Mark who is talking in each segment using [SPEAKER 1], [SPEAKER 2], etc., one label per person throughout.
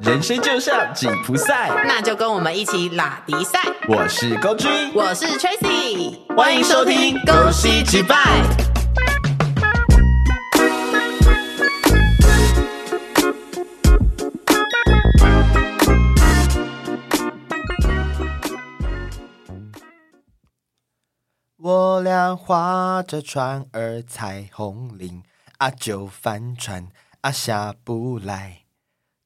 [SPEAKER 1] 人生就像紧箍赛。
[SPEAKER 2] 那就跟我们一起拉迪赛。
[SPEAKER 1] 我是高君，
[SPEAKER 2] 我是 Tracy，
[SPEAKER 1] 欢迎收听《
[SPEAKER 2] 恭
[SPEAKER 1] 恭
[SPEAKER 2] 喜
[SPEAKER 1] 喜击
[SPEAKER 2] 击
[SPEAKER 1] 败
[SPEAKER 2] 败》。》。
[SPEAKER 3] 我俩划着船儿彩虹铃，啊就翻船，啊下不来。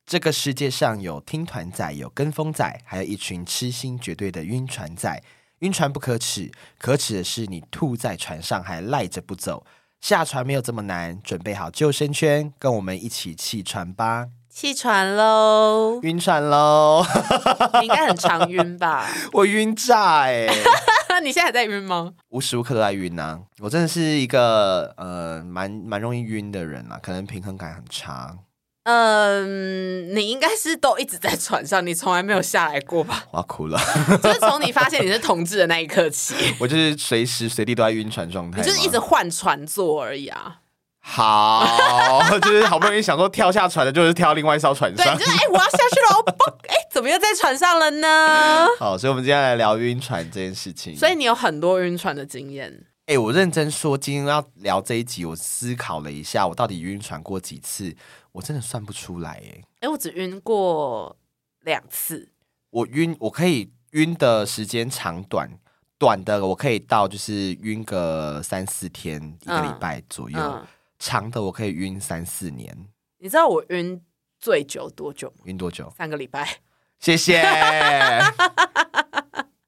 [SPEAKER 3] 这个世界上有听团仔，有跟风仔，还有一群痴心绝对的晕船仔。晕船不可耻，可耻的是你吐在船上还赖着不走。下船没有这么难，准备好救生圈，跟我们一起弃船吧！
[SPEAKER 2] 弃船喽！
[SPEAKER 3] 晕船喽，
[SPEAKER 2] 你应该很常晕吧？
[SPEAKER 3] 我晕炸哎、
[SPEAKER 2] 你现在还在晕吗？
[SPEAKER 3] 无时无刻都在晕啊！我真的是一个呃，蛮蛮容易晕的人啊，可能平衡感很差。
[SPEAKER 2] 嗯，你应该是都一直在船上，你从来没有下来过 吧？
[SPEAKER 3] 我要哭了，
[SPEAKER 2] 就是从你发现你是同志的那一刻起，
[SPEAKER 3] 我就是随时随地都在晕船状态吗。
[SPEAKER 2] 你就是一直换船座而已啊。
[SPEAKER 3] 好， 就是好不容易想说跳下船的，就是跳另外一艘船
[SPEAKER 2] 对，
[SPEAKER 1] 啊
[SPEAKER 3] 上
[SPEAKER 2] 你就。是哎、我要下去了，哦 嘣哎、怎么又在船上了呢？
[SPEAKER 3] 好，所以我们今天来聊晕船这件事情。
[SPEAKER 2] 所以，你有很多晕船的经验。
[SPEAKER 3] 哎、我认真说，今天要聊这一集，我思考了一下，我到底晕船过几次，我真的算不出来哎。
[SPEAKER 2] 哎、我只晕过两次，
[SPEAKER 3] 我晕，我可以晕的时间长短，短的我可以到就是晕个三四天，一个礼拜左右；
[SPEAKER 2] 嗯，
[SPEAKER 3] 长的我可以晕三四年。
[SPEAKER 2] 你知道我晕最久多久吗？
[SPEAKER 3] 晕多久？
[SPEAKER 2] 三个礼拜。
[SPEAKER 3] 谢谢。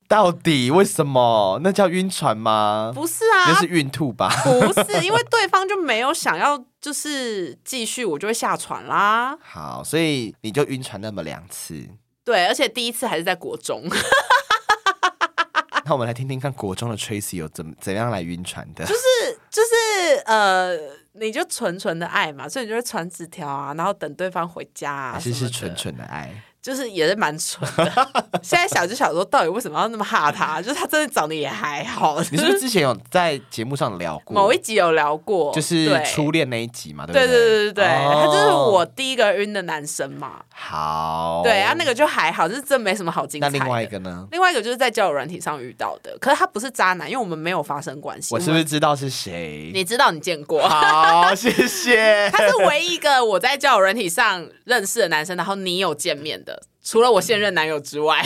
[SPEAKER 3] 到底为什么？那叫晕船吗？
[SPEAKER 2] 不是啊
[SPEAKER 3] 那，是孕吐吧？
[SPEAKER 2] 不是，因为对方就没有想要就是继续，我就会下船啦。
[SPEAKER 3] 好，所以你就晕船那么两次。
[SPEAKER 2] 对，而且第一次还是在国中，就
[SPEAKER 3] 那我们来听听看国中的 Tracy 有怎么怎样来晕船的。
[SPEAKER 2] 是就是呃，你就纯纯的爱嘛，所以你就会传纸条啊，然后等对方回家啊
[SPEAKER 3] 还
[SPEAKER 2] 什
[SPEAKER 3] 是
[SPEAKER 2] 么的，
[SPEAKER 3] 是纯纯的爱，
[SPEAKER 2] 就是也是蛮蠢的。 现在想就想说，到底为什么要那么哈他？就是他真的长得也还好。
[SPEAKER 3] 你是不是之前有在节目上聊过？
[SPEAKER 2] 某一集有聊过，
[SPEAKER 3] 就是
[SPEAKER 2] 对
[SPEAKER 3] 初恋那一集嘛，对不
[SPEAKER 2] 对对对对对，他就是
[SPEAKER 3] 哦
[SPEAKER 2] 我第一个晕的男生嘛。
[SPEAKER 3] 好。
[SPEAKER 2] 对啊，那个就还好，就是真没什么好精
[SPEAKER 3] 哦那
[SPEAKER 2] 彩。
[SPEAKER 3] 另外一。个 呢？
[SPEAKER 2] 另外一个就是在交友软体上遇到的，可是他不是渣男，因为我们没有发生关系。
[SPEAKER 3] 我是不
[SPEAKER 2] 们
[SPEAKER 3] 是知道是谁？
[SPEAKER 2] 你知道你见过？
[SPEAKER 3] 好， 谢谢。
[SPEAKER 2] 他是唯一一个我在交友软体上认识的男生，然后你有见面的，除了我现任男友之外，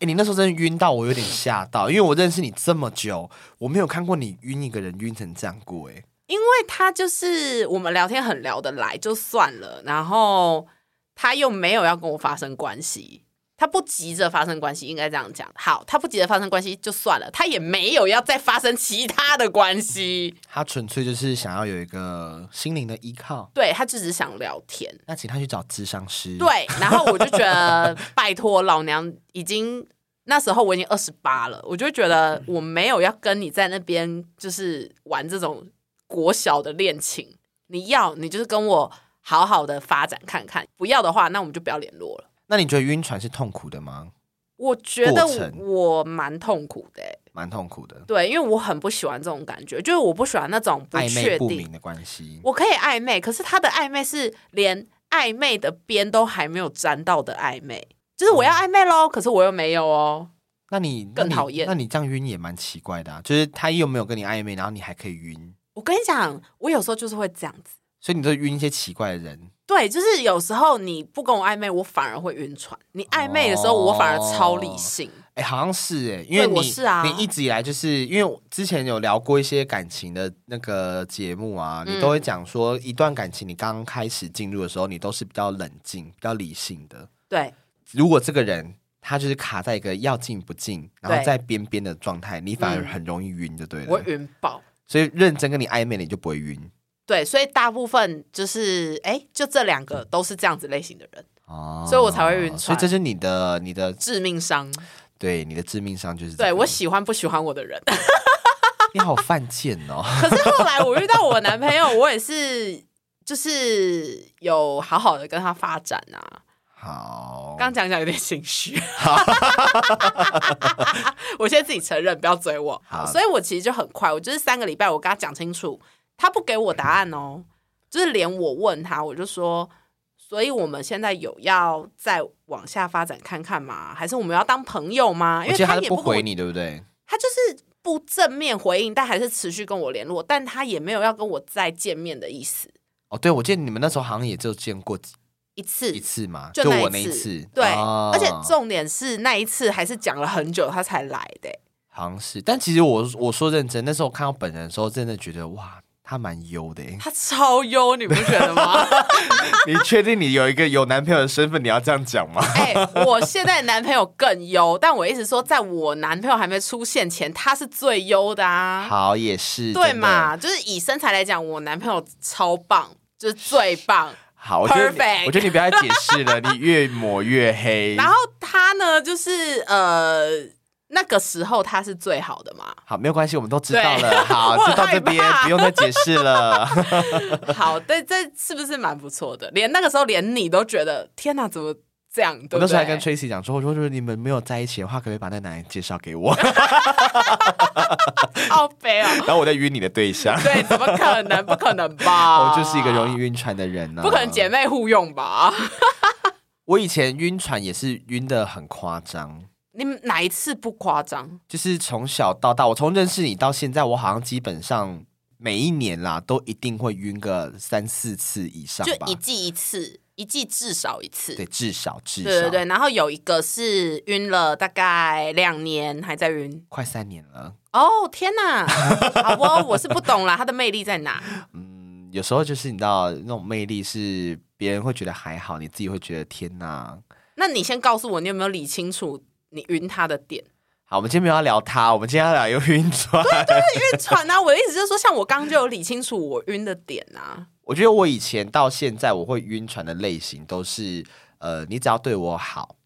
[SPEAKER 3] 欸你那时候真的晕到我有点吓到，因为我认识你这么久，我没有看过你晕一个人晕成这样过、欸。
[SPEAKER 2] 因为他就是我们聊天很聊得来就算了，然后他又没有要跟我发生关系。他不急着发生关系，应该这样讲。好，他不急着发生关系就算了，他也没有要再发生其他的关系。
[SPEAKER 3] 他纯粹就是想要有一个心灵的依靠。
[SPEAKER 2] 对他就只是想聊天，
[SPEAKER 3] 那请他去找智商师。，
[SPEAKER 2] 对，然后我就觉 得，拜托，老娘已经那时候我已经二十八了，我就觉得我没有要跟你在那边就是玩这种国小的恋情。你要，你就是跟我好好的发展看看；不要的话，那我们就不要联络了。
[SPEAKER 3] 那你觉得晕船是痛苦的吗？
[SPEAKER 2] 我觉得
[SPEAKER 3] 过程
[SPEAKER 2] 我蛮痛苦的欸、
[SPEAKER 3] 蛮痛苦的，
[SPEAKER 2] 对，因为我很不喜欢这种感觉，就是我不喜欢那种不
[SPEAKER 3] 暧昧
[SPEAKER 2] 确
[SPEAKER 3] 不
[SPEAKER 2] 定
[SPEAKER 3] 明。的关系。
[SPEAKER 2] 我可以暧昧，可是他的暧昧是连暧昧的边都还没有沾到的暧昧，就是我要暧昧喽，可是我又没有哦。
[SPEAKER 3] 那你
[SPEAKER 2] 更讨厌
[SPEAKER 3] 那你那你这样晕也蛮奇怪的、啊，就是他又没有跟你暧昧，然后你还可以晕，
[SPEAKER 2] 我跟你讲，我有时候就是会这样子，
[SPEAKER 3] 所以你都晕一些奇怪的人。
[SPEAKER 2] 对，就是有时候你不跟我暧昧，我反而会晕船；你暧昧的时候，
[SPEAKER 3] 哦
[SPEAKER 2] 我反而超理性。
[SPEAKER 3] 哎、好像是哎、因为
[SPEAKER 2] 对我
[SPEAKER 3] 你
[SPEAKER 2] 是啊
[SPEAKER 3] 你一直以来就是因为我之前有聊过一些感情的那个节目啊，
[SPEAKER 2] 嗯
[SPEAKER 3] 你都会讲说，一段感情你刚开始进入的时候，你都是比较冷静、比较理性的。
[SPEAKER 2] 对
[SPEAKER 3] 如果这个人他就是卡在一个要进不进，然后
[SPEAKER 2] 对
[SPEAKER 3] 在边边的状态，你反而
[SPEAKER 2] 嗯
[SPEAKER 3] 很容易晕，就对
[SPEAKER 2] 我
[SPEAKER 3] 了。
[SPEAKER 2] 会晕爆。
[SPEAKER 3] 所以认真跟你暧昧，你就不会晕
[SPEAKER 2] 对，所以大部分就是，哎，就这两个都是这样子类型的人，
[SPEAKER 3] 哦
[SPEAKER 2] 所以我才会晕船
[SPEAKER 3] 所以这是你的你的
[SPEAKER 2] 致命伤。
[SPEAKER 3] 对你的致命伤就是、这个
[SPEAKER 2] 对我喜欢不喜欢我的人，
[SPEAKER 3] 你好犯贱哦。
[SPEAKER 2] 可是后来我遇到我男朋友，我也是就是有好好的跟他发展啊。
[SPEAKER 3] 好，
[SPEAKER 2] 刚讲讲有点心虚， 我现在自己承认，不要追我。
[SPEAKER 3] 好
[SPEAKER 2] 所以我其实就很快，我就是三个礼拜，我跟他讲清楚，他不给我答案哦，就是连我问他，我就说。所以我们现在有要再往下发展看看吗？还是我们要当朋友吗？因
[SPEAKER 3] 我
[SPEAKER 2] 为
[SPEAKER 3] 记得
[SPEAKER 2] 他
[SPEAKER 3] 他
[SPEAKER 2] 也
[SPEAKER 3] 是
[SPEAKER 2] 不
[SPEAKER 3] 不
[SPEAKER 2] 跟我
[SPEAKER 3] 回你，对不对？
[SPEAKER 2] 他就是不正面回应，但还是持续跟我联络，但他也没有要跟我再见面的意思。
[SPEAKER 3] 哦，对，我记得你们那时候好像也就见过几
[SPEAKER 2] 一次，
[SPEAKER 3] 一次嘛，
[SPEAKER 2] 就
[SPEAKER 3] 就
[SPEAKER 2] 那
[SPEAKER 3] 我那
[SPEAKER 2] 一
[SPEAKER 3] 一
[SPEAKER 2] 次
[SPEAKER 3] 次。
[SPEAKER 2] 对，
[SPEAKER 3] 哦
[SPEAKER 2] 而且重点是那一次还是讲了很久他才来的、欸
[SPEAKER 3] 好像是，但其实我我说认真，那时候看到本人的时候，真的觉得哇，他蛮优的耶。欸
[SPEAKER 2] 他超优，你不觉得吗？
[SPEAKER 3] 你确定你有一个有男朋友的身份，你要这样讲吗？
[SPEAKER 2] 哎、我现在的男朋友更优，但我一直说，在我男朋友还没出现前，他是最优的啊，
[SPEAKER 3] 好，也是
[SPEAKER 2] 对？
[SPEAKER 3] 真的
[SPEAKER 2] 嘛？就是以身材来讲，我男朋友超棒，就是最棒。
[SPEAKER 3] 好，我觉得你
[SPEAKER 2] Perfect
[SPEAKER 3] 我觉得你不要再解释了，你越抹越黑。
[SPEAKER 2] 然后他呢，就是呃，那个时候他是最好的 嘛。
[SPEAKER 3] 好，没有关系，我们都知道 了。好
[SPEAKER 2] 我，很
[SPEAKER 3] 就到这边
[SPEAKER 2] 害，怕
[SPEAKER 3] 不用再解释了。
[SPEAKER 2] 好，对，这是不是蛮不错的？连那个时候，连你都觉得天哪，怎么这样？
[SPEAKER 3] 我
[SPEAKER 2] 对不
[SPEAKER 3] 那时
[SPEAKER 2] 对？
[SPEAKER 3] 候还跟 Tracy 讲说，如果你们没有在一起的话，可不可以把那男人介绍给我？
[SPEAKER 2] 好悲哦。，
[SPEAKER 3] 然后我在晕你的对象
[SPEAKER 2] 对，怎么可能？不可能 吧？
[SPEAKER 3] 我就是一个容易晕船的人呢、
[SPEAKER 2] 不可能姐。妹互用吧？
[SPEAKER 3] 我以前晕船也是晕的很夸张，
[SPEAKER 2] 你们哪一次不夸张？
[SPEAKER 3] 就是从小到大，我从认识你到现在，我好像基本上每一年啦，都一定会晕个三四次以上
[SPEAKER 2] 就
[SPEAKER 3] 吧
[SPEAKER 2] 一。季一次，一季至少一次。
[SPEAKER 3] 对，至少至少
[SPEAKER 2] 对对对，然后有一个是晕了大概两年还在晕，
[SPEAKER 3] 快三年了。
[SPEAKER 2] 哦天哪， 好哦，我是不懂啦，他的魅力在哪？
[SPEAKER 3] 嗯，有时候就是你知道那种魅力是别人会觉得还好，你自己会觉得天哪。
[SPEAKER 2] 那你先告诉我，你有没有理清楚你晕他的点？
[SPEAKER 3] 好，我们今天没有要聊他，我们今天要聊晕船。
[SPEAKER 2] 晕船啊！我的意思就是说，像我刚刚就有理清楚我晕的点 啊。
[SPEAKER 3] 我觉得我以前到现在我会晕船的类型都是，呃，你只要对我好，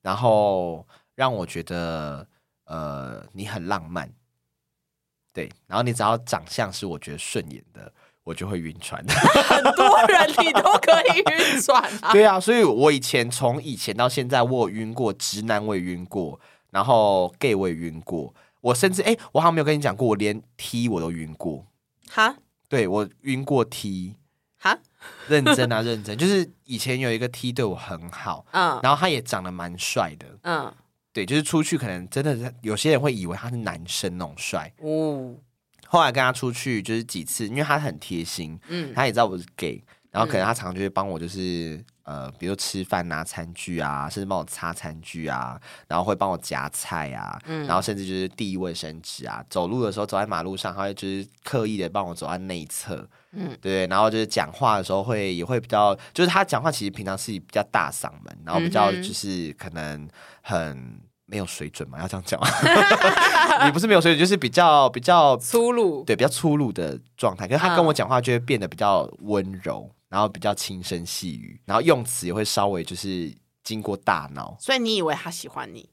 [SPEAKER 3] 然后让我觉得，呃，你很浪漫，对，然后你只要长相是我觉得顺眼的，我就会晕船。
[SPEAKER 2] 很多人你都可以晕船啊。
[SPEAKER 3] 对啊，所以我以前从以前到现在，我有晕过直男，我也晕过，然后 gay 我也晕过，我甚至哎、我好像没有跟你讲过，我连 T 我都晕过，
[SPEAKER 2] 哈
[SPEAKER 3] 对我晕过 T。
[SPEAKER 2] 哈，
[SPEAKER 3] 认真啊， 认真，就是以前有一个 T 对我很好，
[SPEAKER 2] 嗯
[SPEAKER 3] 然后他也长得蛮帅的，
[SPEAKER 2] 嗯，
[SPEAKER 3] 对，就是出去可能真的是有些人会以为他是男生那种帅。
[SPEAKER 2] 哦，
[SPEAKER 3] 后来跟他出去就是几次，因为他很贴心，
[SPEAKER 2] 嗯
[SPEAKER 3] 他也知道我是 gay，然后可能他常常就会帮我就是。呃，比如吃饭拿餐具啊，甚至帮我擦餐具啊，然后会帮我夹菜啊，
[SPEAKER 2] 嗯
[SPEAKER 3] 然后甚至就是递卫生纸啊。走路的时候走在马路上，他会就是刻意的帮我走在内侧，
[SPEAKER 2] 嗯
[SPEAKER 3] 嗯，对。然后就是讲话的时候会也会比较，就是他讲话其实平常是比较大嗓门，然后比较
[SPEAKER 2] 嗯哼
[SPEAKER 3] 就是可能很没有水准嘛，要这样讲 吗？也不是没有水准，就是比较比较
[SPEAKER 2] 粗鲁，
[SPEAKER 3] 对比较粗鲁的状态，可是他跟我讲话就会变得比较温柔，然后比较轻声细语，然后用词也会稍微就是经过大脑。
[SPEAKER 2] 所以你以为他喜欢你？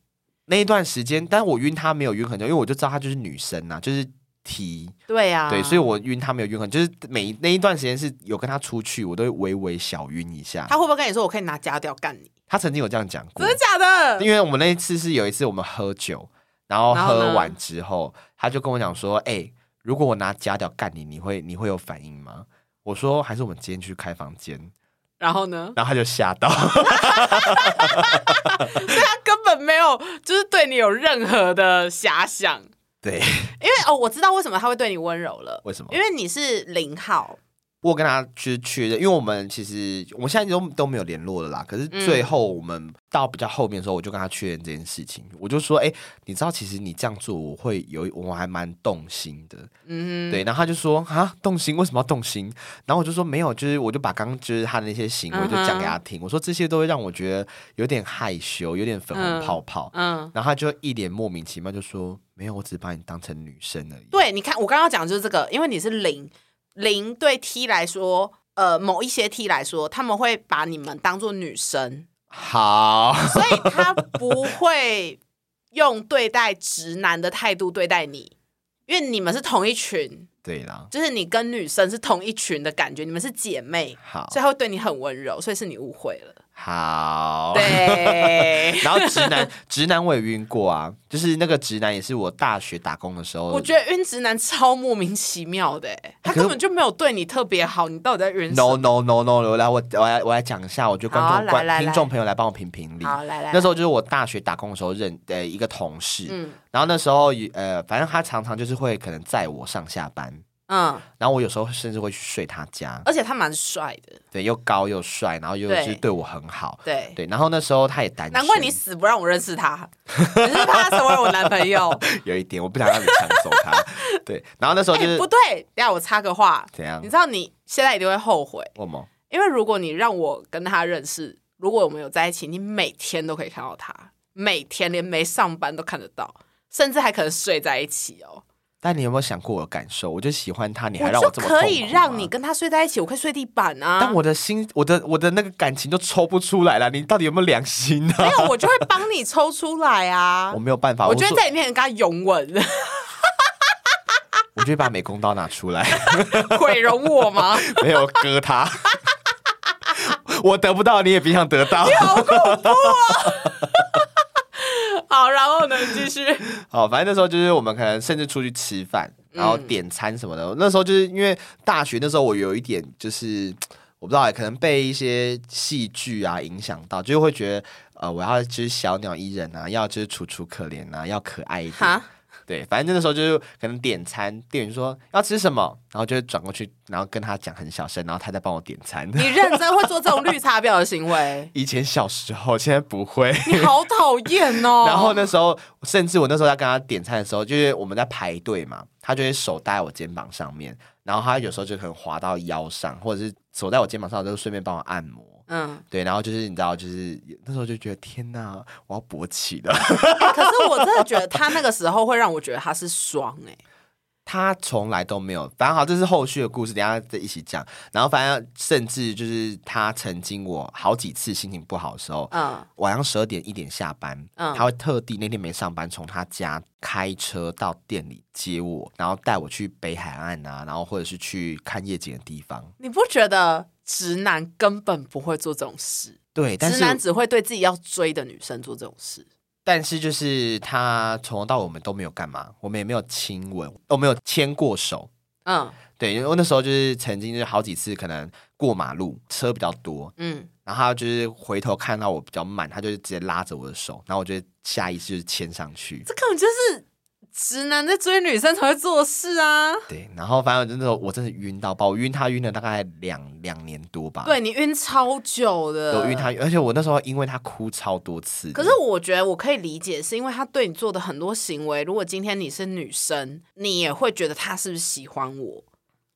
[SPEAKER 3] 那一段时间，但我晕他没有晕很久，因为我就知道他就是女生呐、就是 T，、
[SPEAKER 2] 对啊呀、
[SPEAKER 3] 对，所以我晕他没有晕很久，就是每一那一段时间是有跟他出去，我都会微微小晕一下。
[SPEAKER 2] 他会不会跟你说我可以拿夹掉干你？
[SPEAKER 3] 他曾经有这样讲过
[SPEAKER 2] 真，的假的？
[SPEAKER 3] 因为我们那一次是有一次我们喝酒，然后
[SPEAKER 2] 然后呢
[SPEAKER 3] 喝完之后，他就跟我讲说：“哎、如果我拿假屌干你，你会你会有反应吗？”我说：“还是我们今天去开房间。
[SPEAKER 2] 然后呢”？
[SPEAKER 3] 然后他就吓到，
[SPEAKER 2] 他根本没有，就是对你有任何的遐想，
[SPEAKER 3] 对，
[SPEAKER 2] 因为哦，我知道为什么他会对你温柔了，
[SPEAKER 3] 为什么
[SPEAKER 2] 因？为你是零号，
[SPEAKER 3] 我跟他去去的，因为我们其实我们现在都都没有联络了啦。可是
[SPEAKER 2] 嗯
[SPEAKER 3] 最后我们到比较后面的时候，我就跟他确认这件事情，我就说：“哎、你知道，其实你这样做，我会有我还蛮动心的。”
[SPEAKER 2] 嗯
[SPEAKER 3] 对，然后他就说啊，动心为什么要动心？然后我就说没有，就是我就把刚刚就是他的那些行
[SPEAKER 2] 嗯
[SPEAKER 3] 为就讲给他听，我说这些都会让我觉得有点害羞，有点粉
[SPEAKER 2] 嗯
[SPEAKER 3] 红泡泡。
[SPEAKER 2] 嗯。
[SPEAKER 3] 然后他就一脸莫名其妙就说没有，我只是把你当成女生而已。
[SPEAKER 2] 对，你看我刚刚讲的就是这个，因为你是零零对 T 来说，呃，某一些 T 来说，他们会把你们当做女生，
[SPEAKER 3] 好，
[SPEAKER 2] 所以他不会用对待直男的态度对待你，因为你们是同一群，
[SPEAKER 3] 对啦，
[SPEAKER 2] 就是你跟女生是同一群的感觉，你们是姐妹，
[SPEAKER 3] 好
[SPEAKER 2] 所以他会对你很温柔，所以是你误会了。
[SPEAKER 3] 好。，
[SPEAKER 2] 对
[SPEAKER 3] 然后直男，直男我也晕过啊，就是那个直男也是我大学打工的时候，
[SPEAKER 2] 我觉得晕直男超莫名其妙的欸，他
[SPEAKER 3] 哎可是
[SPEAKER 2] 根本就没有对你特别好，你到底在晕什
[SPEAKER 3] no
[SPEAKER 2] 么？
[SPEAKER 3] no no no，no，来我我来我来讲一下，我觉得观
[SPEAKER 2] 好
[SPEAKER 3] 众
[SPEAKER 2] 来
[SPEAKER 3] 观
[SPEAKER 2] 来
[SPEAKER 3] 听众朋友来帮我评评理。
[SPEAKER 2] 好，来来，
[SPEAKER 3] 那时候就是我大学打工的时候认呃一个同事，
[SPEAKER 2] 嗯
[SPEAKER 3] 然后那时候也呃反正他常常就是会可能载我上下班，
[SPEAKER 2] 嗯，
[SPEAKER 3] 然后我有时候甚至会去睡他家，
[SPEAKER 2] 而且他蛮帅的，
[SPEAKER 3] 对，又高又帅，然后又
[SPEAKER 2] 对
[SPEAKER 3] 是对我很好，
[SPEAKER 2] 对，
[SPEAKER 3] 对，然后那时候他也单身，
[SPEAKER 2] 难怪你死不让我认识他，你是怕他成为我男朋友？
[SPEAKER 3] 有一点我不想让你抢走他， 对，然后那时候
[SPEAKER 2] 哎
[SPEAKER 3] 就，是
[SPEAKER 2] 不对，等一下我插个话，
[SPEAKER 3] 怎样
[SPEAKER 2] 你？知道你现在一定会后悔，
[SPEAKER 3] 我吗？
[SPEAKER 2] 因为如果你让我跟他认识，如果我们有在一起，你每天都可以看到他，每天连没上班都看得到，甚至还可能睡在一起哦。
[SPEAKER 3] 但你有没有想过我的感受？我就喜欢他，你还让
[SPEAKER 2] 就
[SPEAKER 3] 这么痛苦
[SPEAKER 2] 可以让
[SPEAKER 3] 吗
[SPEAKER 2] 你跟他睡在一起，我可以睡地板啊。
[SPEAKER 3] 但我的心，我的我的那个感情都抽不出来了。你到底有没有良心 呢、
[SPEAKER 2] 没有，我就会帮你抽出来啊
[SPEAKER 3] 我。没有办法，
[SPEAKER 2] 我
[SPEAKER 3] 我
[SPEAKER 2] 觉得
[SPEAKER 3] 说
[SPEAKER 2] 在里面跟他 拥吻，
[SPEAKER 3] 我就会把美工刀拿出来，
[SPEAKER 2] 毁容我吗？
[SPEAKER 3] 没有割他。 我得不到，你也别想得到。
[SPEAKER 2] 好，然后呢，你继续。
[SPEAKER 3] 好，反正那时候就是我们可能甚至出去吃饭，然后点餐什么的。那时候就是因为大学那时候我有一点就是。我不知道、欸，可能被一些戏剧啊影响到，就是会觉得，呃，我要就是小鸟依人啊，要就是楚楚可怜啊，要可爱一点
[SPEAKER 2] 哈。，
[SPEAKER 3] 对，反正那时候就是可能点餐，店员说要吃什么，然后就会转过去，然后跟他讲很小声，然后他再帮我点餐。
[SPEAKER 2] 你认真会做这种绿茶婊的行 为，
[SPEAKER 3] 以前小时候，现在不会。
[SPEAKER 2] 你好讨厌哦。
[SPEAKER 3] 然后那时候，甚至我那时候在跟他点餐的时候，就是我们在排队嘛，他就会手搭在我肩膀上面，然后他有时候就可能滑到腰上，或者是手在我肩膀上，就顺便帮我按摩。
[SPEAKER 2] 嗯，
[SPEAKER 3] 对，然后就是你知道，就是那时候就觉得天哪，我要勃起了。
[SPEAKER 2] 欸可是我真的觉得他那个时候会让我觉得他是双哎、
[SPEAKER 3] 他从来都没有，反正好，这是后续的故事，等一下再一起讲。然后反正甚至就是他曾经我好几次心情不好的时候，
[SPEAKER 2] 嗯
[SPEAKER 3] 晚上十二点一点下班，
[SPEAKER 2] 嗯
[SPEAKER 3] 他会特地那天没上班，从他家开车到店里接我，然后带我去北海岸啊，然后或者是去看夜景的地方。
[SPEAKER 2] 你不觉得直男根本不会做这种事？
[SPEAKER 3] 对，但
[SPEAKER 2] 直男
[SPEAKER 3] 是
[SPEAKER 2] 只会对自己要追的女生做这种事。
[SPEAKER 3] 但是就是他从头到尾我们都没有干嘛，我们也没有亲吻，我没有牵过手，
[SPEAKER 2] 嗯
[SPEAKER 3] 对，因为我那时候就是曾经就是好几次可能过马路车比较多，
[SPEAKER 2] 嗯，
[SPEAKER 3] 然后他就是回头看到我比较慢，他就直接拉着我的手，然后我就下意识就是牵上去。
[SPEAKER 2] 这根本就是直男在追女生才会做的事啊！
[SPEAKER 3] 对，然后反正那时候我真的晕到爆，我晕他晕了大概两两年多吧。，
[SPEAKER 2] 对你晕超久的，
[SPEAKER 3] 我晕他。，而且我那时候因为他哭超多次。
[SPEAKER 2] 可是我觉得我可以理解，是因为他对你做的很多行为，如果今天你是女生，你也会觉得他是不是喜欢我？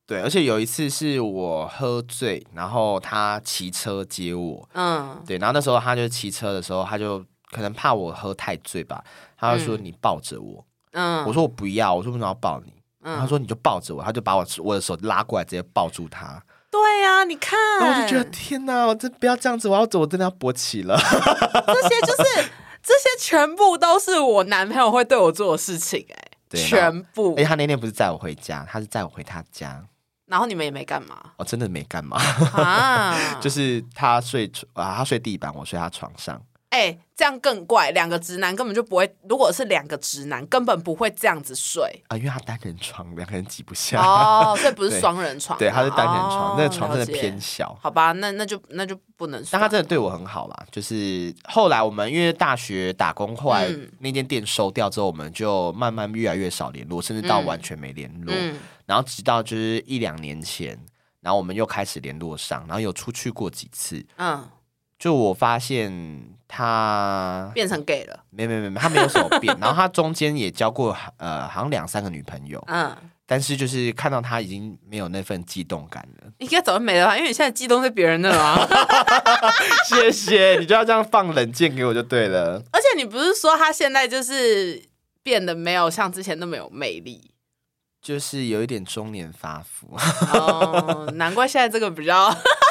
[SPEAKER 3] 对，而且有一次是我喝醉，然后他骑车接我，
[SPEAKER 2] 嗯
[SPEAKER 3] 对，然后那时候他就骑车的时候，他就可能怕我喝太醉吧，他就说你抱着我，
[SPEAKER 2] 嗯，
[SPEAKER 3] 我说我不要，我说为什么要抱你？
[SPEAKER 2] 嗯
[SPEAKER 3] 他说你就抱着我，他就把我我的手拉过来，直接抱住他。
[SPEAKER 2] 对呀、你看，
[SPEAKER 3] 然后我就觉得天哪，我这不要这样子，我要走，我真的要勃起了。
[SPEAKER 2] 这些就是这些全部都是我男朋友会对我做的事情、哎，
[SPEAKER 3] 对
[SPEAKER 2] 全部
[SPEAKER 3] 而且。他那天不是载我回家，他是载我回他家，
[SPEAKER 2] 然后你们也没干嘛
[SPEAKER 3] 哦我真的没干嘛，
[SPEAKER 2] 啊？
[SPEAKER 3] 就是他睡床啊，他睡地板，我睡他床上。
[SPEAKER 2] 哎、这样更怪，两个直男根本就不会，如果是两个直男，根本不会这样子睡
[SPEAKER 3] 啊，因为他单人床，两个人挤不下。
[SPEAKER 2] 哦，所以不是
[SPEAKER 3] 对
[SPEAKER 2] 双人床啊，
[SPEAKER 3] 对，他是单人床，
[SPEAKER 2] 哦
[SPEAKER 3] 那个床真的。
[SPEAKER 2] 了
[SPEAKER 3] 偏
[SPEAKER 2] 解
[SPEAKER 3] 小。
[SPEAKER 2] 好吧，那那就那就不能
[SPEAKER 3] 但
[SPEAKER 2] 算
[SPEAKER 3] 他真的对我很好啦，就是后来我们因为大学打工，后来
[SPEAKER 2] 嗯
[SPEAKER 3] 那间店收掉之后，我们就慢慢越来越少联络，甚至到
[SPEAKER 2] 嗯
[SPEAKER 3] 完全没联络。
[SPEAKER 2] 嗯
[SPEAKER 3] 然后直到就是一两年前，然后我们又开始联络上，然后有出去过几次。
[SPEAKER 2] 嗯，
[SPEAKER 3] 就我发现他
[SPEAKER 2] 变成 gay 了，
[SPEAKER 3] 没没没没，他没有什么变。然 后他中间也交过呃，好像两三个女朋友，
[SPEAKER 2] 嗯，
[SPEAKER 3] 但是就是看到他已经没有那份悸动感了。
[SPEAKER 2] 应该早就没了啊吧？因为你现在激动是别人的了啊，
[SPEAKER 3] 谢谢，你就要这样放冷箭给我就对了。
[SPEAKER 2] 而且你不是说他现在就是变得没有像之前那么有魅力
[SPEAKER 3] 就是有一点中年发福，
[SPEAKER 2] 哦， 难怪现在这个比较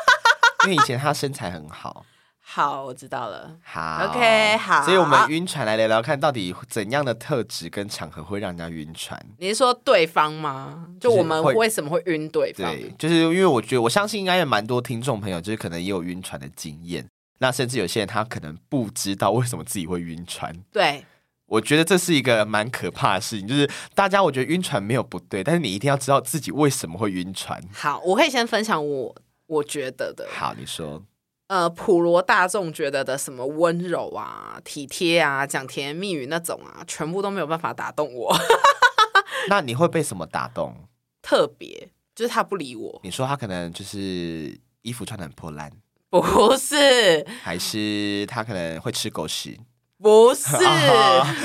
[SPEAKER 3] 因为以前他身材很好。
[SPEAKER 2] 好，我知道了。
[SPEAKER 3] 好
[SPEAKER 2] OK，好
[SPEAKER 3] 所以我们晕船来聊聊看，到底怎样的特质跟场合会让人家晕船？
[SPEAKER 2] 你是说对方吗？就
[SPEAKER 3] 就是
[SPEAKER 2] 我们
[SPEAKER 3] 会
[SPEAKER 2] 为什么会晕对方？
[SPEAKER 3] 对，就是因为我觉得，我相信应该有蛮多听众朋友，就是可能也有晕船的经验。那甚至有些人他可能不知道为什么自己会晕船。
[SPEAKER 2] 对，
[SPEAKER 3] 我觉得这是一个蛮可怕的事情，就是大家我觉得晕船没有不对，但是你一定要知道自己为什么会晕船。
[SPEAKER 2] 好，我可以先分享我我觉得的，
[SPEAKER 3] 好，你说，
[SPEAKER 2] 呃，普罗大众觉得的什么温柔啊、体贴啊、讲甜言蜜语那种啊，全部都没有办法打动我，
[SPEAKER 3] 那你会被什么打动？
[SPEAKER 2] 特别就是他不理我，
[SPEAKER 3] 你说他可能就是衣服穿的很破烂，
[SPEAKER 2] 不是
[SPEAKER 3] 还是他可能会吃狗屎？
[SPEAKER 2] 不是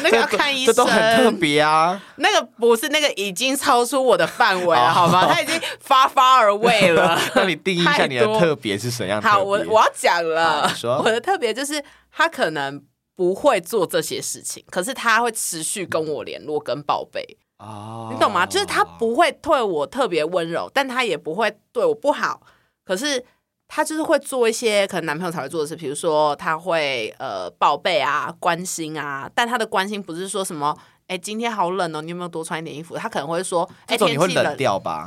[SPEAKER 2] 那个要
[SPEAKER 3] 这都
[SPEAKER 2] 看医
[SPEAKER 3] 啊这
[SPEAKER 2] 生，
[SPEAKER 3] 都很特别啊。
[SPEAKER 2] 那个不是那个已经超出我的范围了，好吗？他已经发发而为 了。
[SPEAKER 3] 那你定义一下你的
[SPEAKER 2] 太多
[SPEAKER 3] 特别是怎样特别？
[SPEAKER 2] 好，我我要讲
[SPEAKER 3] 好
[SPEAKER 2] 了
[SPEAKER 3] 你说，
[SPEAKER 2] 我的特别就是他可能不会做这些事情，可是他会持续跟我联络跟报备，
[SPEAKER 3] 哦
[SPEAKER 2] 你懂吗？就是他不会对我特别温柔，但他也不会对我不好，可是。他就是会做一些可能男朋友才会做的事，比如说他会呃报备啊、关心啊，但他的关心不是说什么，哎、今天好冷哦，你有没有多穿一点衣服？他可能会说，哎、
[SPEAKER 3] 这种
[SPEAKER 2] 天
[SPEAKER 3] 你会
[SPEAKER 2] 气
[SPEAKER 3] 冷掉吧？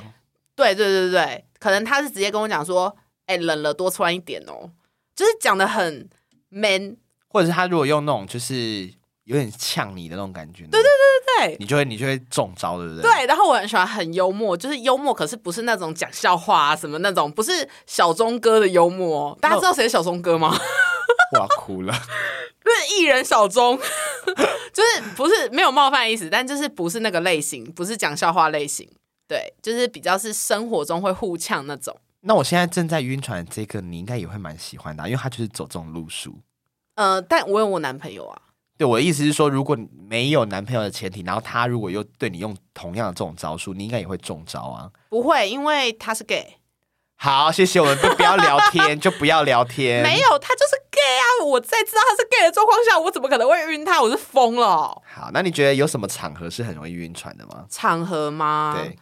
[SPEAKER 2] 对对对对对，可能他是直接跟我讲说，哎、冷了多穿一点哦，就是讲的很 man，
[SPEAKER 3] 或者是他如果用那种就是有点呛你的那种感觉，对对对，
[SPEAKER 2] 对
[SPEAKER 3] 你就会你就会中招，对不对？。
[SPEAKER 2] 对。然后我很喜欢很幽默，就是幽默，可是不是那种讲笑话啊什么那种，不是小钟哥的幽默、哦。大家知道谁是小钟哥 吗？
[SPEAKER 3] 我要哭了。
[SPEAKER 2] 就是艺人小钟， 就是不是没有冒犯的意思，但就是不是那个类型，不是讲笑话类型。对，就是比较是生活中会互呛那种。
[SPEAKER 3] 那我现在正在晕船，这个你应该也会蛮喜欢的啊、因为他就是走这种路数。
[SPEAKER 2] 呃，但我有我男朋友啊，
[SPEAKER 3] 对我的意思是说，如果你没有男朋友的前提，然后他如果又对你用同样的这种招数，你应该也会中招啊。
[SPEAKER 2] 不会，因为他是 gay。
[SPEAKER 3] 好，谢谢，我们就不要 聊天，就不要聊天。
[SPEAKER 2] 没。有，他就是 gay 啊！我在知道他是 gay 的状况下，我怎么可能会晕他？我是疯了哦、
[SPEAKER 3] 好，那你觉得有什么场合是很容易晕船的吗？
[SPEAKER 2] 场合吗？
[SPEAKER 3] 对，，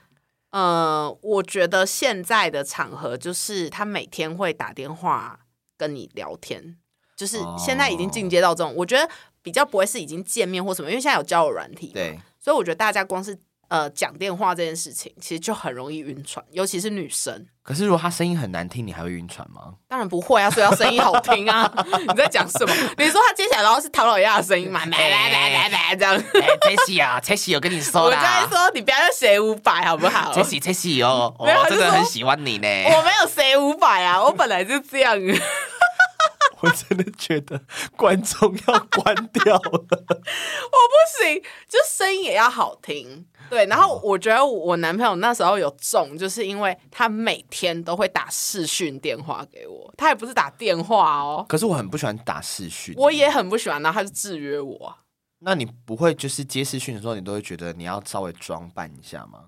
[SPEAKER 2] 呃，我觉得现在的场合就是他每天会打电话跟你聊天，就是
[SPEAKER 3] 哦
[SPEAKER 2] 现在已经进阶到这种，我觉得比较不会是已经见面或什么，因为现在有交友软体，，
[SPEAKER 3] 对，
[SPEAKER 2] 所以我觉得大家光是呃讲电话这件事情，其实就很容易晕船，尤其是女生。
[SPEAKER 3] 可是如果他声音很难听，你还会晕船吗？
[SPEAKER 2] 当然不会啊，所以要声音好听啊！ 你在讲什么？ 你说他接起来然后是唐老鸭的声音嘛？来来来来来这样。
[SPEAKER 3] 哎，蔡喜啊，蔡喜，我跟你说
[SPEAKER 2] 我就会说你不要再谁五百好不好？我
[SPEAKER 3] 喜，蔡喜哦，
[SPEAKER 2] 没有他就说
[SPEAKER 3] 喜欢你呢。
[SPEAKER 2] 没有谁五百啊，我本来就这样。
[SPEAKER 3] 我真的觉得观众要关掉了。
[SPEAKER 2] 不行，就声音也要好听。对，然后我觉得我男朋友那时候有中，就是因为他每天都会打视讯电话给我，他也不是打电话哦。
[SPEAKER 3] 可是我很不喜欢打视讯，
[SPEAKER 2] 我也很不喜欢，然后他就制约我。啊
[SPEAKER 3] 那你不会就是接视讯的时候，你都会觉得你要稍微装扮一下吗？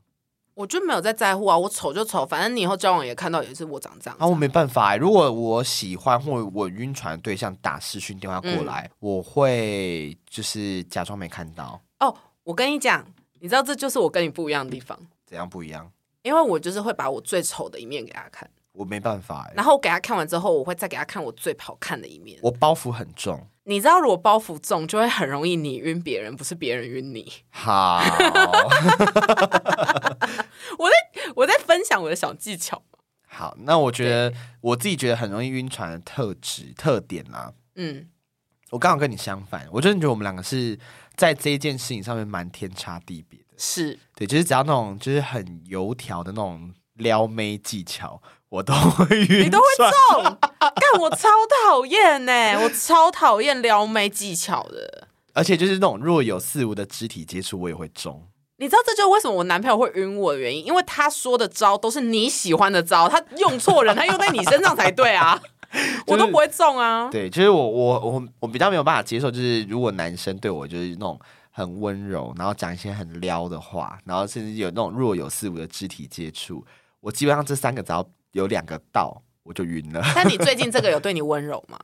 [SPEAKER 2] 我就没有在在乎啊，我丑就丑，反正你以后交往也看到也是我长这样子
[SPEAKER 3] 啊，
[SPEAKER 2] 啊。
[SPEAKER 3] 我没办法、欸。如果我喜欢或我晕船的对象打视讯电话过来，我会就是假装没看到，
[SPEAKER 2] 哦，我跟你讲，你知道这就是我跟你不一样的地方，
[SPEAKER 3] 怎样不一样？
[SPEAKER 2] 因为我就是会把我最丑的一面给他看。
[SPEAKER 3] 我没办法、欸，
[SPEAKER 2] 然后我给他看完之后，我会再给他看我最好看的一面。
[SPEAKER 3] 我包袱很重。
[SPEAKER 2] 你知道，如果包袱重，就会很容易你晕别人，不是别人晕你。
[SPEAKER 3] 好，
[SPEAKER 2] 我在我在分享我的小技巧。
[SPEAKER 3] 好，那我觉得我自己觉得很容易晕船的特质特点啦、
[SPEAKER 2] 嗯，
[SPEAKER 3] 我刚好跟你相反，我真的觉得我们两个是在这一件事情上面蛮天差地别的。
[SPEAKER 2] 是
[SPEAKER 3] 对，就是只要那种就是很油条的那种撩妹技巧，我都会晕船。
[SPEAKER 2] 你都会中，但我超讨厌呢，我超讨厌撩妹技巧的。
[SPEAKER 3] 而且就是那种若有似无的肢体接触，我也会中。
[SPEAKER 2] 你知道这就是为什么我男朋友会晕我的原因，因为他说的招都是你喜欢的招，他用错人，他用在你身上才对 啊，我都不会中啊。
[SPEAKER 3] 对，就是我我我我比较没有办法接受，就是如果男生对我就是那种很温柔，然后讲一些很撩的话，然后甚至有那种若有似无的肢体接触，我基本上这三个只要有两个到，我就晕了。
[SPEAKER 2] 但你最近这个有对你温柔吗？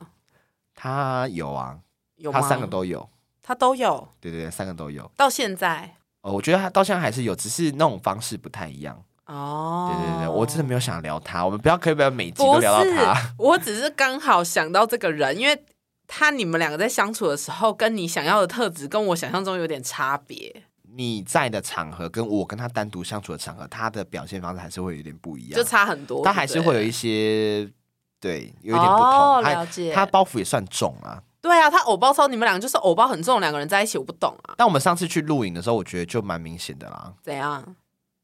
[SPEAKER 3] 他有啊，
[SPEAKER 2] 有吗？
[SPEAKER 3] 他三个都有，
[SPEAKER 2] 他都有，
[SPEAKER 3] 对对对，三个都有。
[SPEAKER 2] 到现在
[SPEAKER 3] 哦，我觉得他到现在还是有，只是那种方式不太一样。
[SPEAKER 2] 哦
[SPEAKER 3] 对对对，我真的没有想聊他，我们不要可以不要每集都
[SPEAKER 2] 不是
[SPEAKER 3] 聊到他。，
[SPEAKER 2] 我只是刚好想到这个人，因为他你们两个在相处的时候，跟你想要的特质跟我想象中有点差别，
[SPEAKER 3] 你在的场合跟我跟他单独相处的场合，他的表现方式还是会有点不一样，
[SPEAKER 2] 就差很多。
[SPEAKER 3] 他还是会有
[SPEAKER 2] 对不对
[SPEAKER 3] 一些对，有一点不同。
[SPEAKER 2] 哦
[SPEAKER 3] 他
[SPEAKER 2] 了解
[SPEAKER 3] 他包袱也算重啊。
[SPEAKER 2] 对啊，他偶包超，你们两个就是偶包很重，两个人在一起我不懂啊，
[SPEAKER 3] 但我们上次去露营的时候，我觉得就蛮明显的啦。
[SPEAKER 2] 怎样？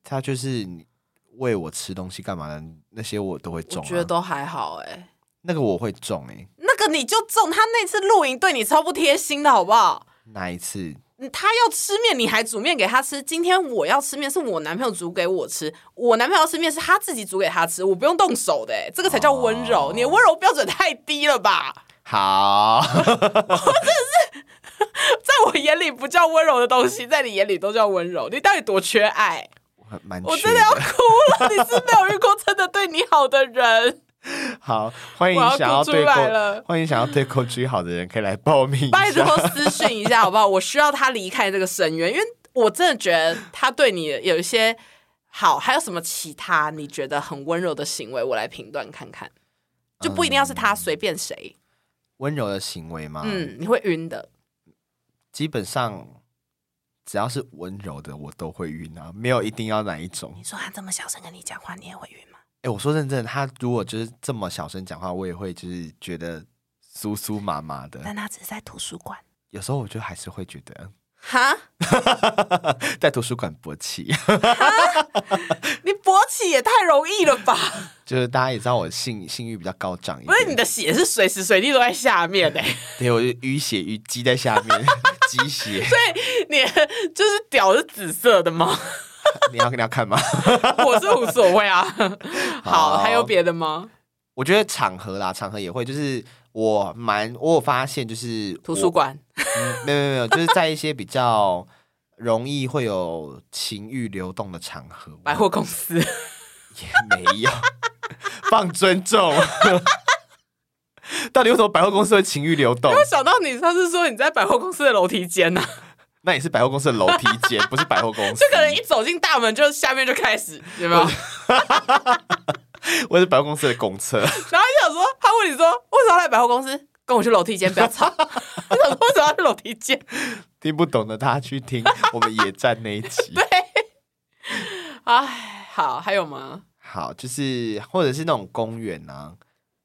[SPEAKER 3] 他就是喂我吃东西干嘛的那些我都会
[SPEAKER 2] 我
[SPEAKER 3] 中、啊，
[SPEAKER 2] 觉得都还好哎、
[SPEAKER 3] 那个我会中哎、
[SPEAKER 2] 那个你就中，他那次露营对你超不贴心的好不好？
[SPEAKER 3] 哪一次？
[SPEAKER 2] 嗯他要吃面，你还煮面给他吃。今天我要吃面，是我男朋友煮给我吃；我男朋友要吃面，是他自己煮给他吃，我不用动手的、哎，这个才叫温柔。
[SPEAKER 3] 哦
[SPEAKER 2] 你的温柔标准太低了吧？
[SPEAKER 3] 好，
[SPEAKER 2] 在我眼里不叫温柔的东西，在你眼里都叫温柔。你到底多缺爱？
[SPEAKER 3] 我很蛮
[SPEAKER 2] 我
[SPEAKER 3] 缺
[SPEAKER 2] 真的要哭了！你是没有遇过真的对你好的人，
[SPEAKER 3] 好，欢迎
[SPEAKER 2] 我要
[SPEAKER 3] 想要
[SPEAKER 2] 哭出
[SPEAKER 3] 对
[SPEAKER 2] 来
[SPEAKER 3] 国
[SPEAKER 2] 了
[SPEAKER 3] 欢迎想要对国居好的人可以来报名一
[SPEAKER 2] 拜
[SPEAKER 3] 下。
[SPEAKER 2] 托私讯 一下好不好？我需要他离开这个深渊，因为我真的觉得他对你有一些好，还有什么其他你觉得很温柔的行为，我来评断看看，就不一定要是他，随便谁，
[SPEAKER 3] 温柔的行为吗？
[SPEAKER 2] 嗯，你会晕的。
[SPEAKER 3] 基本上只要是温柔的，我都会晕啊，没有一定要哪一种。
[SPEAKER 2] 你说他这么小声跟你讲话，你也会晕吗？
[SPEAKER 3] 哎、我说认真的，他如果就是这么小声讲话，我也会就是觉得酥酥麻麻的。
[SPEAKER 2] 但他只是在图书馆。
[SPEAKER 3] 有时候我就还是会觉得
[SPEAKER 2] 哈，
[SPEAKER 3] 在图书馆勃起，
[SPEAKER 2] 你勃起也太容易了吧？
[SPEAKER 3] 就是大家也知道我性性欲比较高涨一
[SPEAKER 2] 不是你
[SPEAKER 3] 点，
[SPEAKER 2] 的血是随时随地都在下面欸的、
[SPEAKER 3] 对我就淤血淤积在下面，积 血。
[SPEAKER 2] 你的就是屌是紫色的 吗？
[SPEAKER 3] 你要你要看吗？
[SPEAKER 2] 我是无所谓啊。
[SPEAKER 3] 好
[SPEAKER 2] 好，还有别的吗？
[SPEAKER 3] 我觉得场合啦，场合也会，就是我蛮我有发现，就是
[SPEAKER 2] 图书馆
[SPEAKER 3] 我，嗯没有没有没有，就是在一些比较容易会有情欲流动的场合，
[SPEAKER 2] 百货公 司，
[SPEAKER 3] 也没有放尊重。到底为什么百货公司会情欲流动
[SPEAKER 2] 我？想到你上次说你在百货公司的楼梯间呢、啊
[SPEAKER 3] 那也是百货公司的楼梯间，不是百货公司。
[SPEAKER 2] 这个人一走进大门就下面就开始，有没有？
[SPEAKER 3] 我也是百货公司的公厕，
[SPEAKER 2] 然后你想说，他问你说为什么要来百货公司？跟我去楼梯间，不要 吵。你想说为什么要去楼梯间？
[SPEAKER 3] 听不懂的大家去听我们野战那一 集。
[SPEAKER 2] 哎，好，还有吗？
[SPEAKER 3] 好，就是或者是那种公园啊，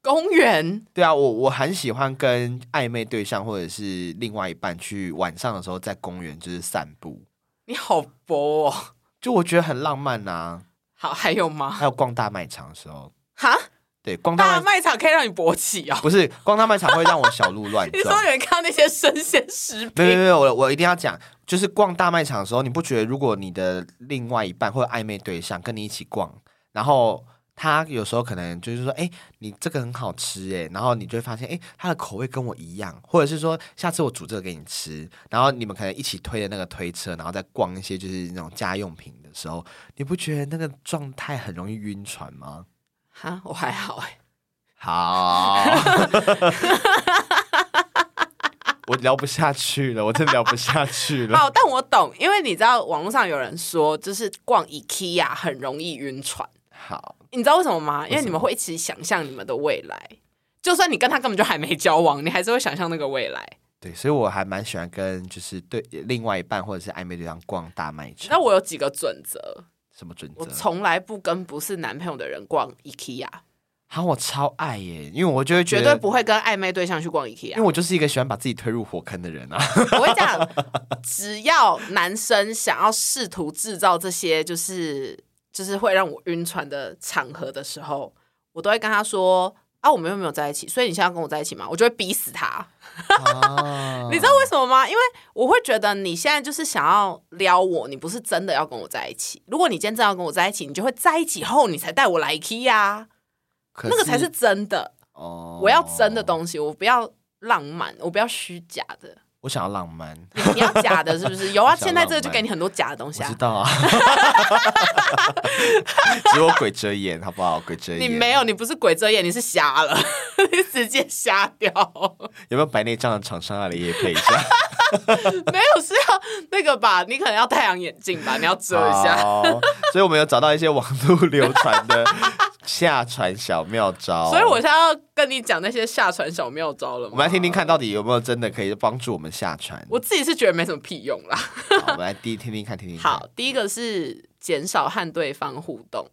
[SPEAKER 2] 公园
[SPEAKER 3] 对啊，我我很喜欢跟暧昧对象或者是另外一半去晚上的时候在公园就是散步，
[SPEAKER 2] 你好薄哦。
[SPEAKER 3] 就我觉得很浪漫 呐、
[SPEAKER 2] 好，还有吗？
[SPEAKER 3] 还有逛大卖场的时候，
[SPEAKER 2] 哈，
[SPEAKER 3] 对，逛大卖
[SPEAKER 2] 大卖场可以让你勃起 哦。
[SPEAKER 3] 不是逛大卖场会让我小鹿乱
[SPEAKER 2] 你
[SPEAKER 3] 撞
[SPEAKER 2] 说。有人看到那些生鲜食
[SPEAKER 3] 没有没有
[SPEAKER 2] 品，
[SPEAKER 3] 没有，我我一定要讲，就是逛大卖场的时候，你不觉得如果你的另外一半或者暧昧对象跟你一起逛，然后他有时候可能就是说，哎、你这个很好吃哎，然后你就会发现，哎、他的口味跟我一样，或者是说下次我煮这个给你吃，然后你们可能一起推的那个推车，然后再逛一些就是那种家用品的时候，你不觉得那个状态很容易晕船吗？
[SPEAKER 2] 哈，我还好哎、
[SPEAKER 3] 好，我聊不下去了，我真的聊不下去了。
[SPEAKER 2] 哦，但我懂，因为你知道网络上有人说，就是逛 IKEA 很容易晕船，
[SPEAKER 3] 好，
[SPEAKER 2] 你知道为什么吗？因为你们会一起想象你们的未来，就算你跟他根本就还没交往，你还是会想象那个未来。
[SPEAKER 3] 对，所以我还蛮喜欢跟就是对另外一半或者是暧昧对象逛大卖场。
[SPEAKER 2] 那我有几个准则，
[SPEAKER 3] 什么准
[SPEAKER 2] 我
[SPEAKER 3] 则？
[SPEAKER 2] 从来不跟不是男朋友的人逛 IKEA，
[SPEAKER 3] 好，我超爱耶，因为我就会觉
[SPEAKER 2] 绝
[SPEAKER 3] 得，
[SPEAKER 2] 对啊不会跟暧昧对象去逛
[SPEAKER 3] 因
[SPEAKER 2] IKEA
[SPEAKER 3] 为。我就是一个喜欢把自己推入火坑的人啊。
[SPEAKER 2] 我会这样，只要男生想要试图制造这些就是就是会让我晕船的场合的时候，我都会跟他说。啊，我们又没有在一起，所以你现在要跟我在一起吗？我就会逼死他。
[SPEAKER 3] 啊
[SPEAKER 2] 你知道为什么吗？因为我会觉得你现在就是想要撩我，你不是真的要跟我在一起。如果你今天真的要跟我在一起，你就会在一起后你才带我来 IKEA，啊
[SPEAKER 3] 可
[SPEAKER 2] 那个才是真的。
[SPEAKER 3] 哦
[SPEAKER 2] 我要真的，东西，我不要浪漫，我不要虚假的。
[SPEAKER 3] 我想要浪漫。
[SPEAKER 2] 你你要假的，是不 是？有啊，
[SPEAKER 3] 我想
[SPEAKER 2] 现在这
[SPEAKER 3] 浪漫
[SPEAKER 2] 个就给你很多假的东西
[SPEAKER 3] 我知
[SPEAKER 2] 啊。
[SPEAKER 3] 道啊， 只有鬼遮眼，好不好？鬼遮眼，
[SPEAKER 2] 你没有，你不是鬼遮眼，你是瞎了， 你直接瞎掉。
[SPEAKER 3] 有没有白内障的厂商来也配一下？
[SPEAKER 2] 没有是要那个吧？你可能要太阳眼镜吧？你要遮一下。
[SPEAKER 3] 好所以我们有找到一些网络流传的 下船小妙招。
[SPEAKER 2] 所以我现在要跟你讲那些下船小妙招了吗。
[SPEAKER 3] 我们来听听看，到底有没有真的可以帮助我们下船。
[SPEAKER 2] 我自己是觉得没什么屁用啦。
[SPEAKER 3] 好，我们来第一听听看，听听看。
[SPEAKER 2] 好，第一个是减少和对方互动，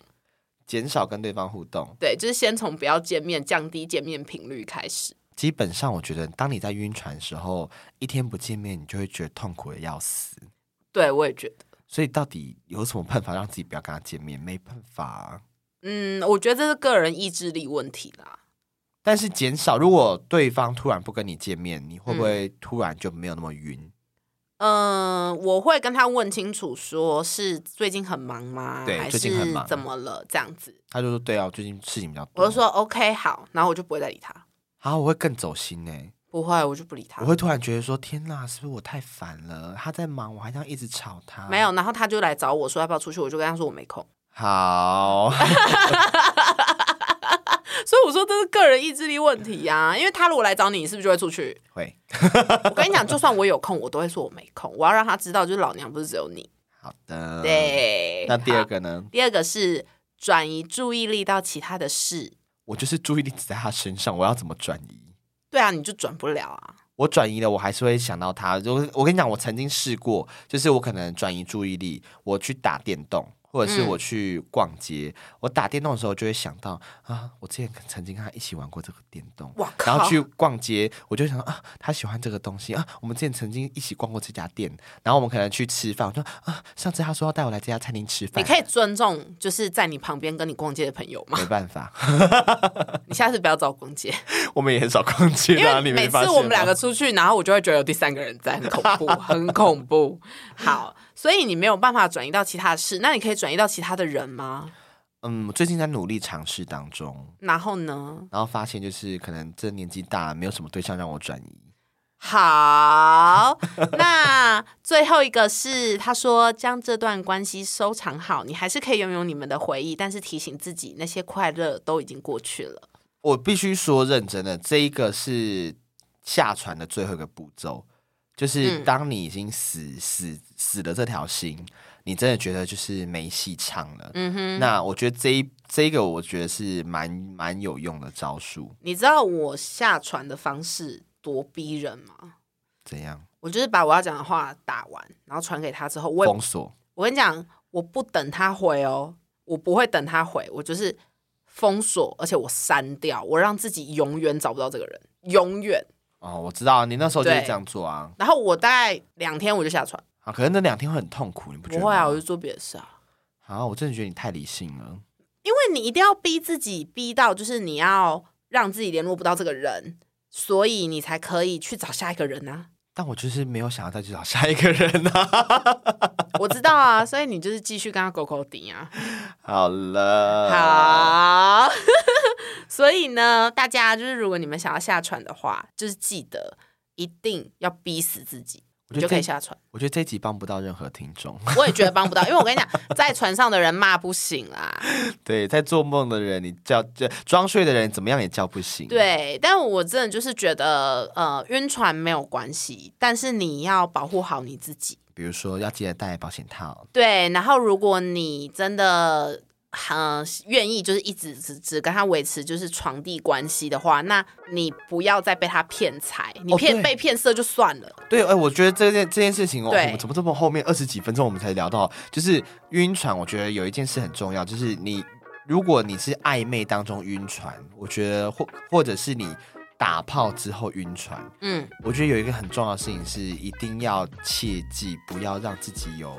[SPEAKER 3] 减少跟对方互动。
[SPEAKER 2] 对，就是先从不要见面，降低见面频率开始。
[SPEAKER 3] 基本上，我觉得当你在晕船的时候，一天不见面，你就会觉得痛苦的要死。
[SPEAKER 2] 对，我也觉得，
[SPEAKER 3] 所以，到底有什么办法让自己不要跟他见面？没办法啊、
[SPEAKER 2] 嗯，我觉得这是个人意志力问题啦。
[SPEAKER 3] 但是减少，如果对方突然不跟你见面，你会不会突然就没有那么晕？
[SPEAKER 2] 嗯，我会跟他问清楚，说是最近很忙吗？
[SPEAKER 3] 对
[SPEAKER 2] 还
[SPEAKER 3] 最
[SPEAKER 2] 是
[SPEAKER 3] 近很忙
[SPEAKER 2] 怎么了？这样子，
[SPEAKER 3] 他就说：“对啊，我最近事情比较多。”
[SPEAKER 2] 我就说 OK 好，然后我就不会再理他，：“
[SPEAKER 3] 啊，我会更走心欸呢、
[SPEAKER 2] 不会，我就不理他
[SPEAKER 3] 我。会突然觉得说：天哪，是不是我太烦了？他在忙，我还这样一直吵他。
[SPEAKER 2] 没有，然后他就来找我说要不要出去，我就跟他说我没空。
[SPEAKER 3] 好，
[SPEAKER 2] 所以我说这是个人意志力问题呀、因为他如果来找你，你是不是就会出去？
[SPEAKER 3] 会
[SPEAKER 2] 我跟你讲，就算我有空，我都会说我没空，我要让他知道，就是老娘不是只有你。
[SPEAKER 3] 好的。，嗯
[SPEAKER 2] 对，
[SPEAKER 3] 那第二
[SPEAKER 2] 好，
[SPEAKER 3] 个呢？
[SPEAKER 2] 第二个是转移注意力到其他的事。
[SPEAKER 3] 我就是注意力只在他身上，我要怎么转移？
[SPEAKER 2] 对啊，你就转不了啊。
[SPEAKER 3] 我转移了，我还是会想到他。就我跟你讲，我曾经试过，就是我可能转移注意力，我去打电动，或者是
[SPEAKER 2] 嗯
[SPEAKER 3] 我去逛街。我打电动的时候就会想到啊，我之前曾经跟他一起玩过这个电动。
[SPEAKER 2] 哇靠！
[SPEAKER 3] 然后去逛街，我就想啊，他喜欢这个东西啊。我们之前曾经一起逛过这家店，然后我们可能去吃饭，我就啊，上次他说要带我来这家餐厅吃
[SPEAKER 2] 你
[SPEAKER 3] 饭，
[SPEAKER 2] 可以尊重，就是在你旁边跟你逛街的朋友吗？
[SPEAKER 3] 没办 法，
[SPEAKER 2] 你下次不要找我逛街，
[SPEAKER 3] 我们也很少逛街
[SPEAKER 2] 因
[SPEAKER 3] 啊，
[SPEAKER 2] 为
[SPEAKER 3] 你
[SPEAKER 2] 每
[SPEAKER 3] 没发
[SPEAKER 2] 次
[SPEAKER 3] 现
[SPEAKER 2] 我们
[SPEAKER 3] 吗
[SPEAKER 2] 两个出去，然后我就会觉得有第三个人在，很恐怖，很恐怖。好，所以你没有办法转移到其他的事，那你可以转移到其他的人吗？
[SPEAKER 3] 嗯，最近在努力尝试当中，
[SPEAKER 2] 然后呢？
[SPEAKER 3] 然后发现就是可能这年纪大了，没有什么对象让我转移。
[SPEAKER 2] 好，那最后一个是他说将这段关系收藏好，你还是可以拥有你们的回忆，但是提醒自己那些快乐都已经过去了。
[SPEAKER 3] 我必须说认真的，这一个是下船的最后一个步骤，就是
[SPEAKER 2] 嗯
[SPEAKER 3] 当你已经死死死了这条心，你真的觉得就是没戏唱了。
[SPEAKER 2] 嗯哼，
[SPEAKER 3] 那我觉得这一这一个，我觉得是蛮蛮有用的招数。
[SPEAKER 2] 你知道我下船的方式多逼人吗？
[SPEAKER 3] 怎样
[SPEAKER 2] 我就是把我要讲的话打完，然后传给他之后，我也
[SPEAKER 3] 封锁？
[SPEAKER 2] 我跟你讲，我不等他回哦，我不会等他回，我就是封锁，而且我删掉，我让自己永远找不到这个人，永远。
[SPEAKER 3] 哦，我知道啊你那时候就是
[SPEAKER 2] 对
[SPEAKER 3] 这样做啊。
[SPEAKER 2] 然后我大概两天我就下船，
[SPEAKER 3] 啊，可能那两天会很痛苦，你不觉
[SPEAKER 2] 不
[SPEAKER 3] 得吗？
[SPEAKER 2] 会啊，我就做别的事啊。
[SPEAKER 3] 啊，我真的觉得你太理性了。
[SPEAKER 2] 因为你一定要逼自己，逼到就是你要让自己联络不到这个人，所以你才可以去找下一个人啊。
[SPEAKER 3] 但我就是没有想要再去找下一个人啊。
[SPEAKER 2] 我知道啊，所以你就是继续跟他勾勾顶啊。
[SPEAKER 3] 好了，，
[SPEAKER 2] 好， 所以呢，大家就是如果你们想要下船的话，就是记得一定要逼死自己，
[SPEAKER 3] 我
[SPEAKER 2] 你
[SPEAKER 3] 觉得
[SPEAKER 2] 就可以
[SPEAKER 3] 这
[SPEAKER 2] 下船。
[SPEAKER 3] 我觉得这一集帮不到任何听众。
[SPEAKER 2] 我也觉得帮不到，因为我跟你讲，在船上的人骂不醒啦。
[SPEAKER 3] 对，在做梦的人，你叫叫装睡的人，怎么样也叫不醒。，
[SPEAKER 2] 对，但我真的就是觉得，呃，晕船没有关系，但是你要保护好你自己。
[SPEAKER 3] 比如说要记得带保险套。
[SPEAKER 2] 对，然后如果你真的嗯、呃愿意，就是一直只只跟他维持就是床地关系的话，那你不要再被他骗财，你
[SPEAKER 3] 哦
[SPEAKER 2] 骗、
[SPEAKER 3] 对
[SPEAKER 2] 被骗色就算了。
[SPEAKER 3] 对，哎、我觉得这件这件事情哦，
[SPEAKER 2] 对
[SPEAKER 3] 我们怎么这么后面二十几分钟我们才聊到？就是晕船，我觉得有一件事很重要，就是你如果你是暧昧当中晕船，我觉得或或者是你打炮之后晕船，
[SPEAKER 2] 嗯，
[SPEAKER 3] 我觉得有一个很重要的事情是，一定要切记不要让自己有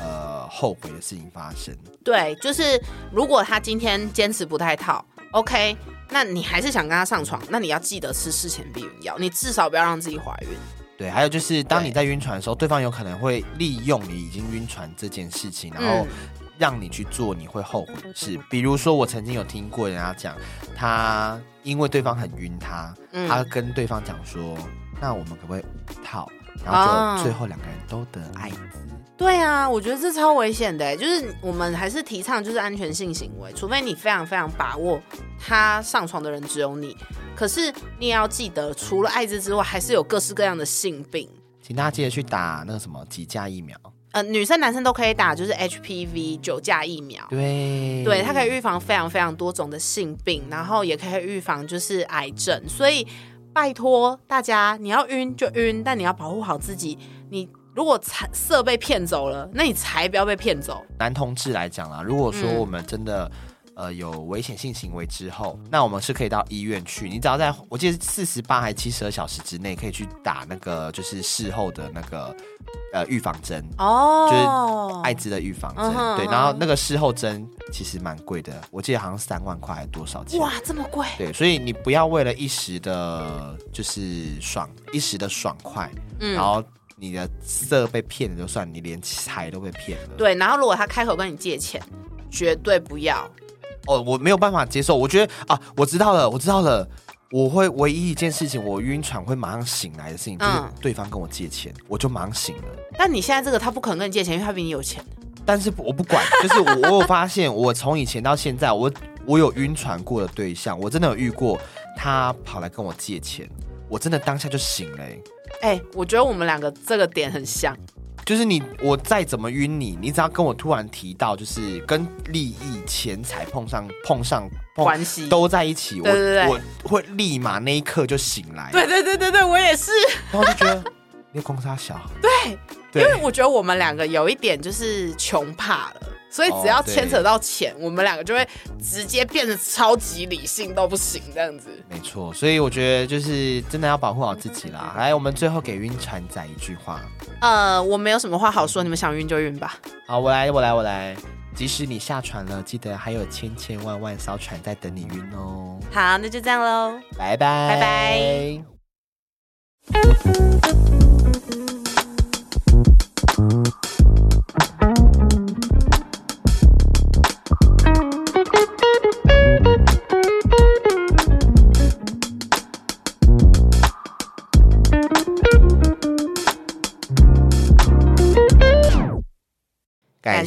[SPEAKER 3] 呃后悔的事情发生。
[SPEAKER 2] 对，就是如果他今天坚持不戴套，OK，那你还是想跟他上床，那你要记得吃事前避孕药，你至少不要让自己怀孕。
[SPEAKER 3] 对，还有就是，当你
[SPEAKER 2] 对
[SPEAKER 3] 在晕船的时候，对方有可能会利用你已经晕船这件事情，然
[SPEAKER 2] 嗯
[SPEAKER 3] 后让你去做你会后悔的事。比如说，我曾经有听过人家讲，他因为对方很晕他，
[SPEAKER 2] 嗯
[SPEAKER 3] 他跟对方讲说：“那我们可不可以五套？”然后
[SPEAKER 2] 哦
[SPEAKER 3] 就最后两个人都得艾滋。
[SPEAKER 2] 对啊，我觉得这超危险的欸，就是我们还是提倡就是安全性行为，除非你非常非常把握他上床的人只有你。可是你也要记得，除了艾滋之外，还是有各式各样的性病。
[SPEAKER 3] 请大家记得去打那个什么几价疫苗。
[SPEAKER 2] 呃，女生男生都可以打，就是 HPV 九价疫苗。
[SPEAKER 3] 对，
[SPEAKER 2] 对，它可以预防非常非常多种的性病，然后也可以预防就是癌症。所以拜托大家，你要晕就晕，但你要保护好自己。你如果才色被骗走了，那你才不要被骗走。
[SPEAKER 3] 男同志来讲啦，如果说
[SPEAKER 2] 嗯
[SPEAKER 3] 我们真的、呃有危险性行为之后，那我们是可以到医院去。你只要在我记得四十八还七十二小时之内，可以去打那个就是事后的那个呃预防针。
[SPEAKER 2] 哦，
[SPEAKER 3] 艾滋的预防针
[SPEAKER 2] 嗯哼
[SPEAKER 3] 对，
[SPEAKER 2] 嗯哼
[SPEAKER 3] 然后那个事后针其实蛮贵的，我记得好像三万块还多少钱？
[SPEAKER 2] 哇，这么贵，
[SPEAKER 3] 对，所以你不要为了一时的，就是爽一时的爽快，
[SPEAKER 2] 嗯
[SPEAKER 3] 然后你的色被骗了就算，你连财都被骗了。，
[SPEAKER 2] 对。然后如果他开口跟你借钱，绝对不要。
[SPEAKER 3] 哦，我没有办法接受，我觉得啊，我知道了，我知道了。我会唯一一件事情，我晕船会马上醒来的事情，就是
[SPEAKER 2] 嗯
[SPEAKER 3] 对方跟我借钱，我就马上醒了。
[SPEAKER 2] 但你现在这个他不肯跟你借钱，因为他比你有钱。
[SPEAKER 3] 但是我不管，就是我我有发现，我从以前到现在，我我有晕船过的对象，我真的有遇过，他跑来跟我借钱，我真的当下就醒了欸、
[SPEAKER 2] 哎、我觉得我们两个这个点很像。
[SPEAKER 3] 就是你，我再怎么晕你，你只要跟我突然提到，就是跟利益、钱财碰上碰上碰
[SPEAKER 2] 关系
[SPEAKER 3] 哦都在一起，我
[SPEAKER 2] 对对对
[SPEAKER 3] 我会立马那一刻就醒来，
[SPEAKER 2] 对，对对对对，我也是，
[SPEAKER 3] 然后就觉得你光杀小，
[SPEAKER 2] 对，
[SPEAKER 3] 对
[SPEAKER 2] 因为我觉得我们两个有一点就是穷怕了。所以
[SPEAKER 3] 哦
[SPEAKER 2] 只要牵扯到钱，我们两个就会直接变得超级理性都不行这样子。
[SPEAKER 3] 没错，所以我觉得就是真的要保护好自己啦。来，我们最后给晕船仔一句话，
[SPEAKER 2] 呃，我没有什么话好说，你们想晕就晕吧。
[SPEAKER 3] 好，我来，我来，我来。即使你下船了，记得还有千千万万艘船在等你晕哦。
[SPEAKER 2] 好，那就这样喽。
[SPEAKER 3] 拜拜，
[SPEAKER 2] 拜拜。
[SPEAKER 3] 感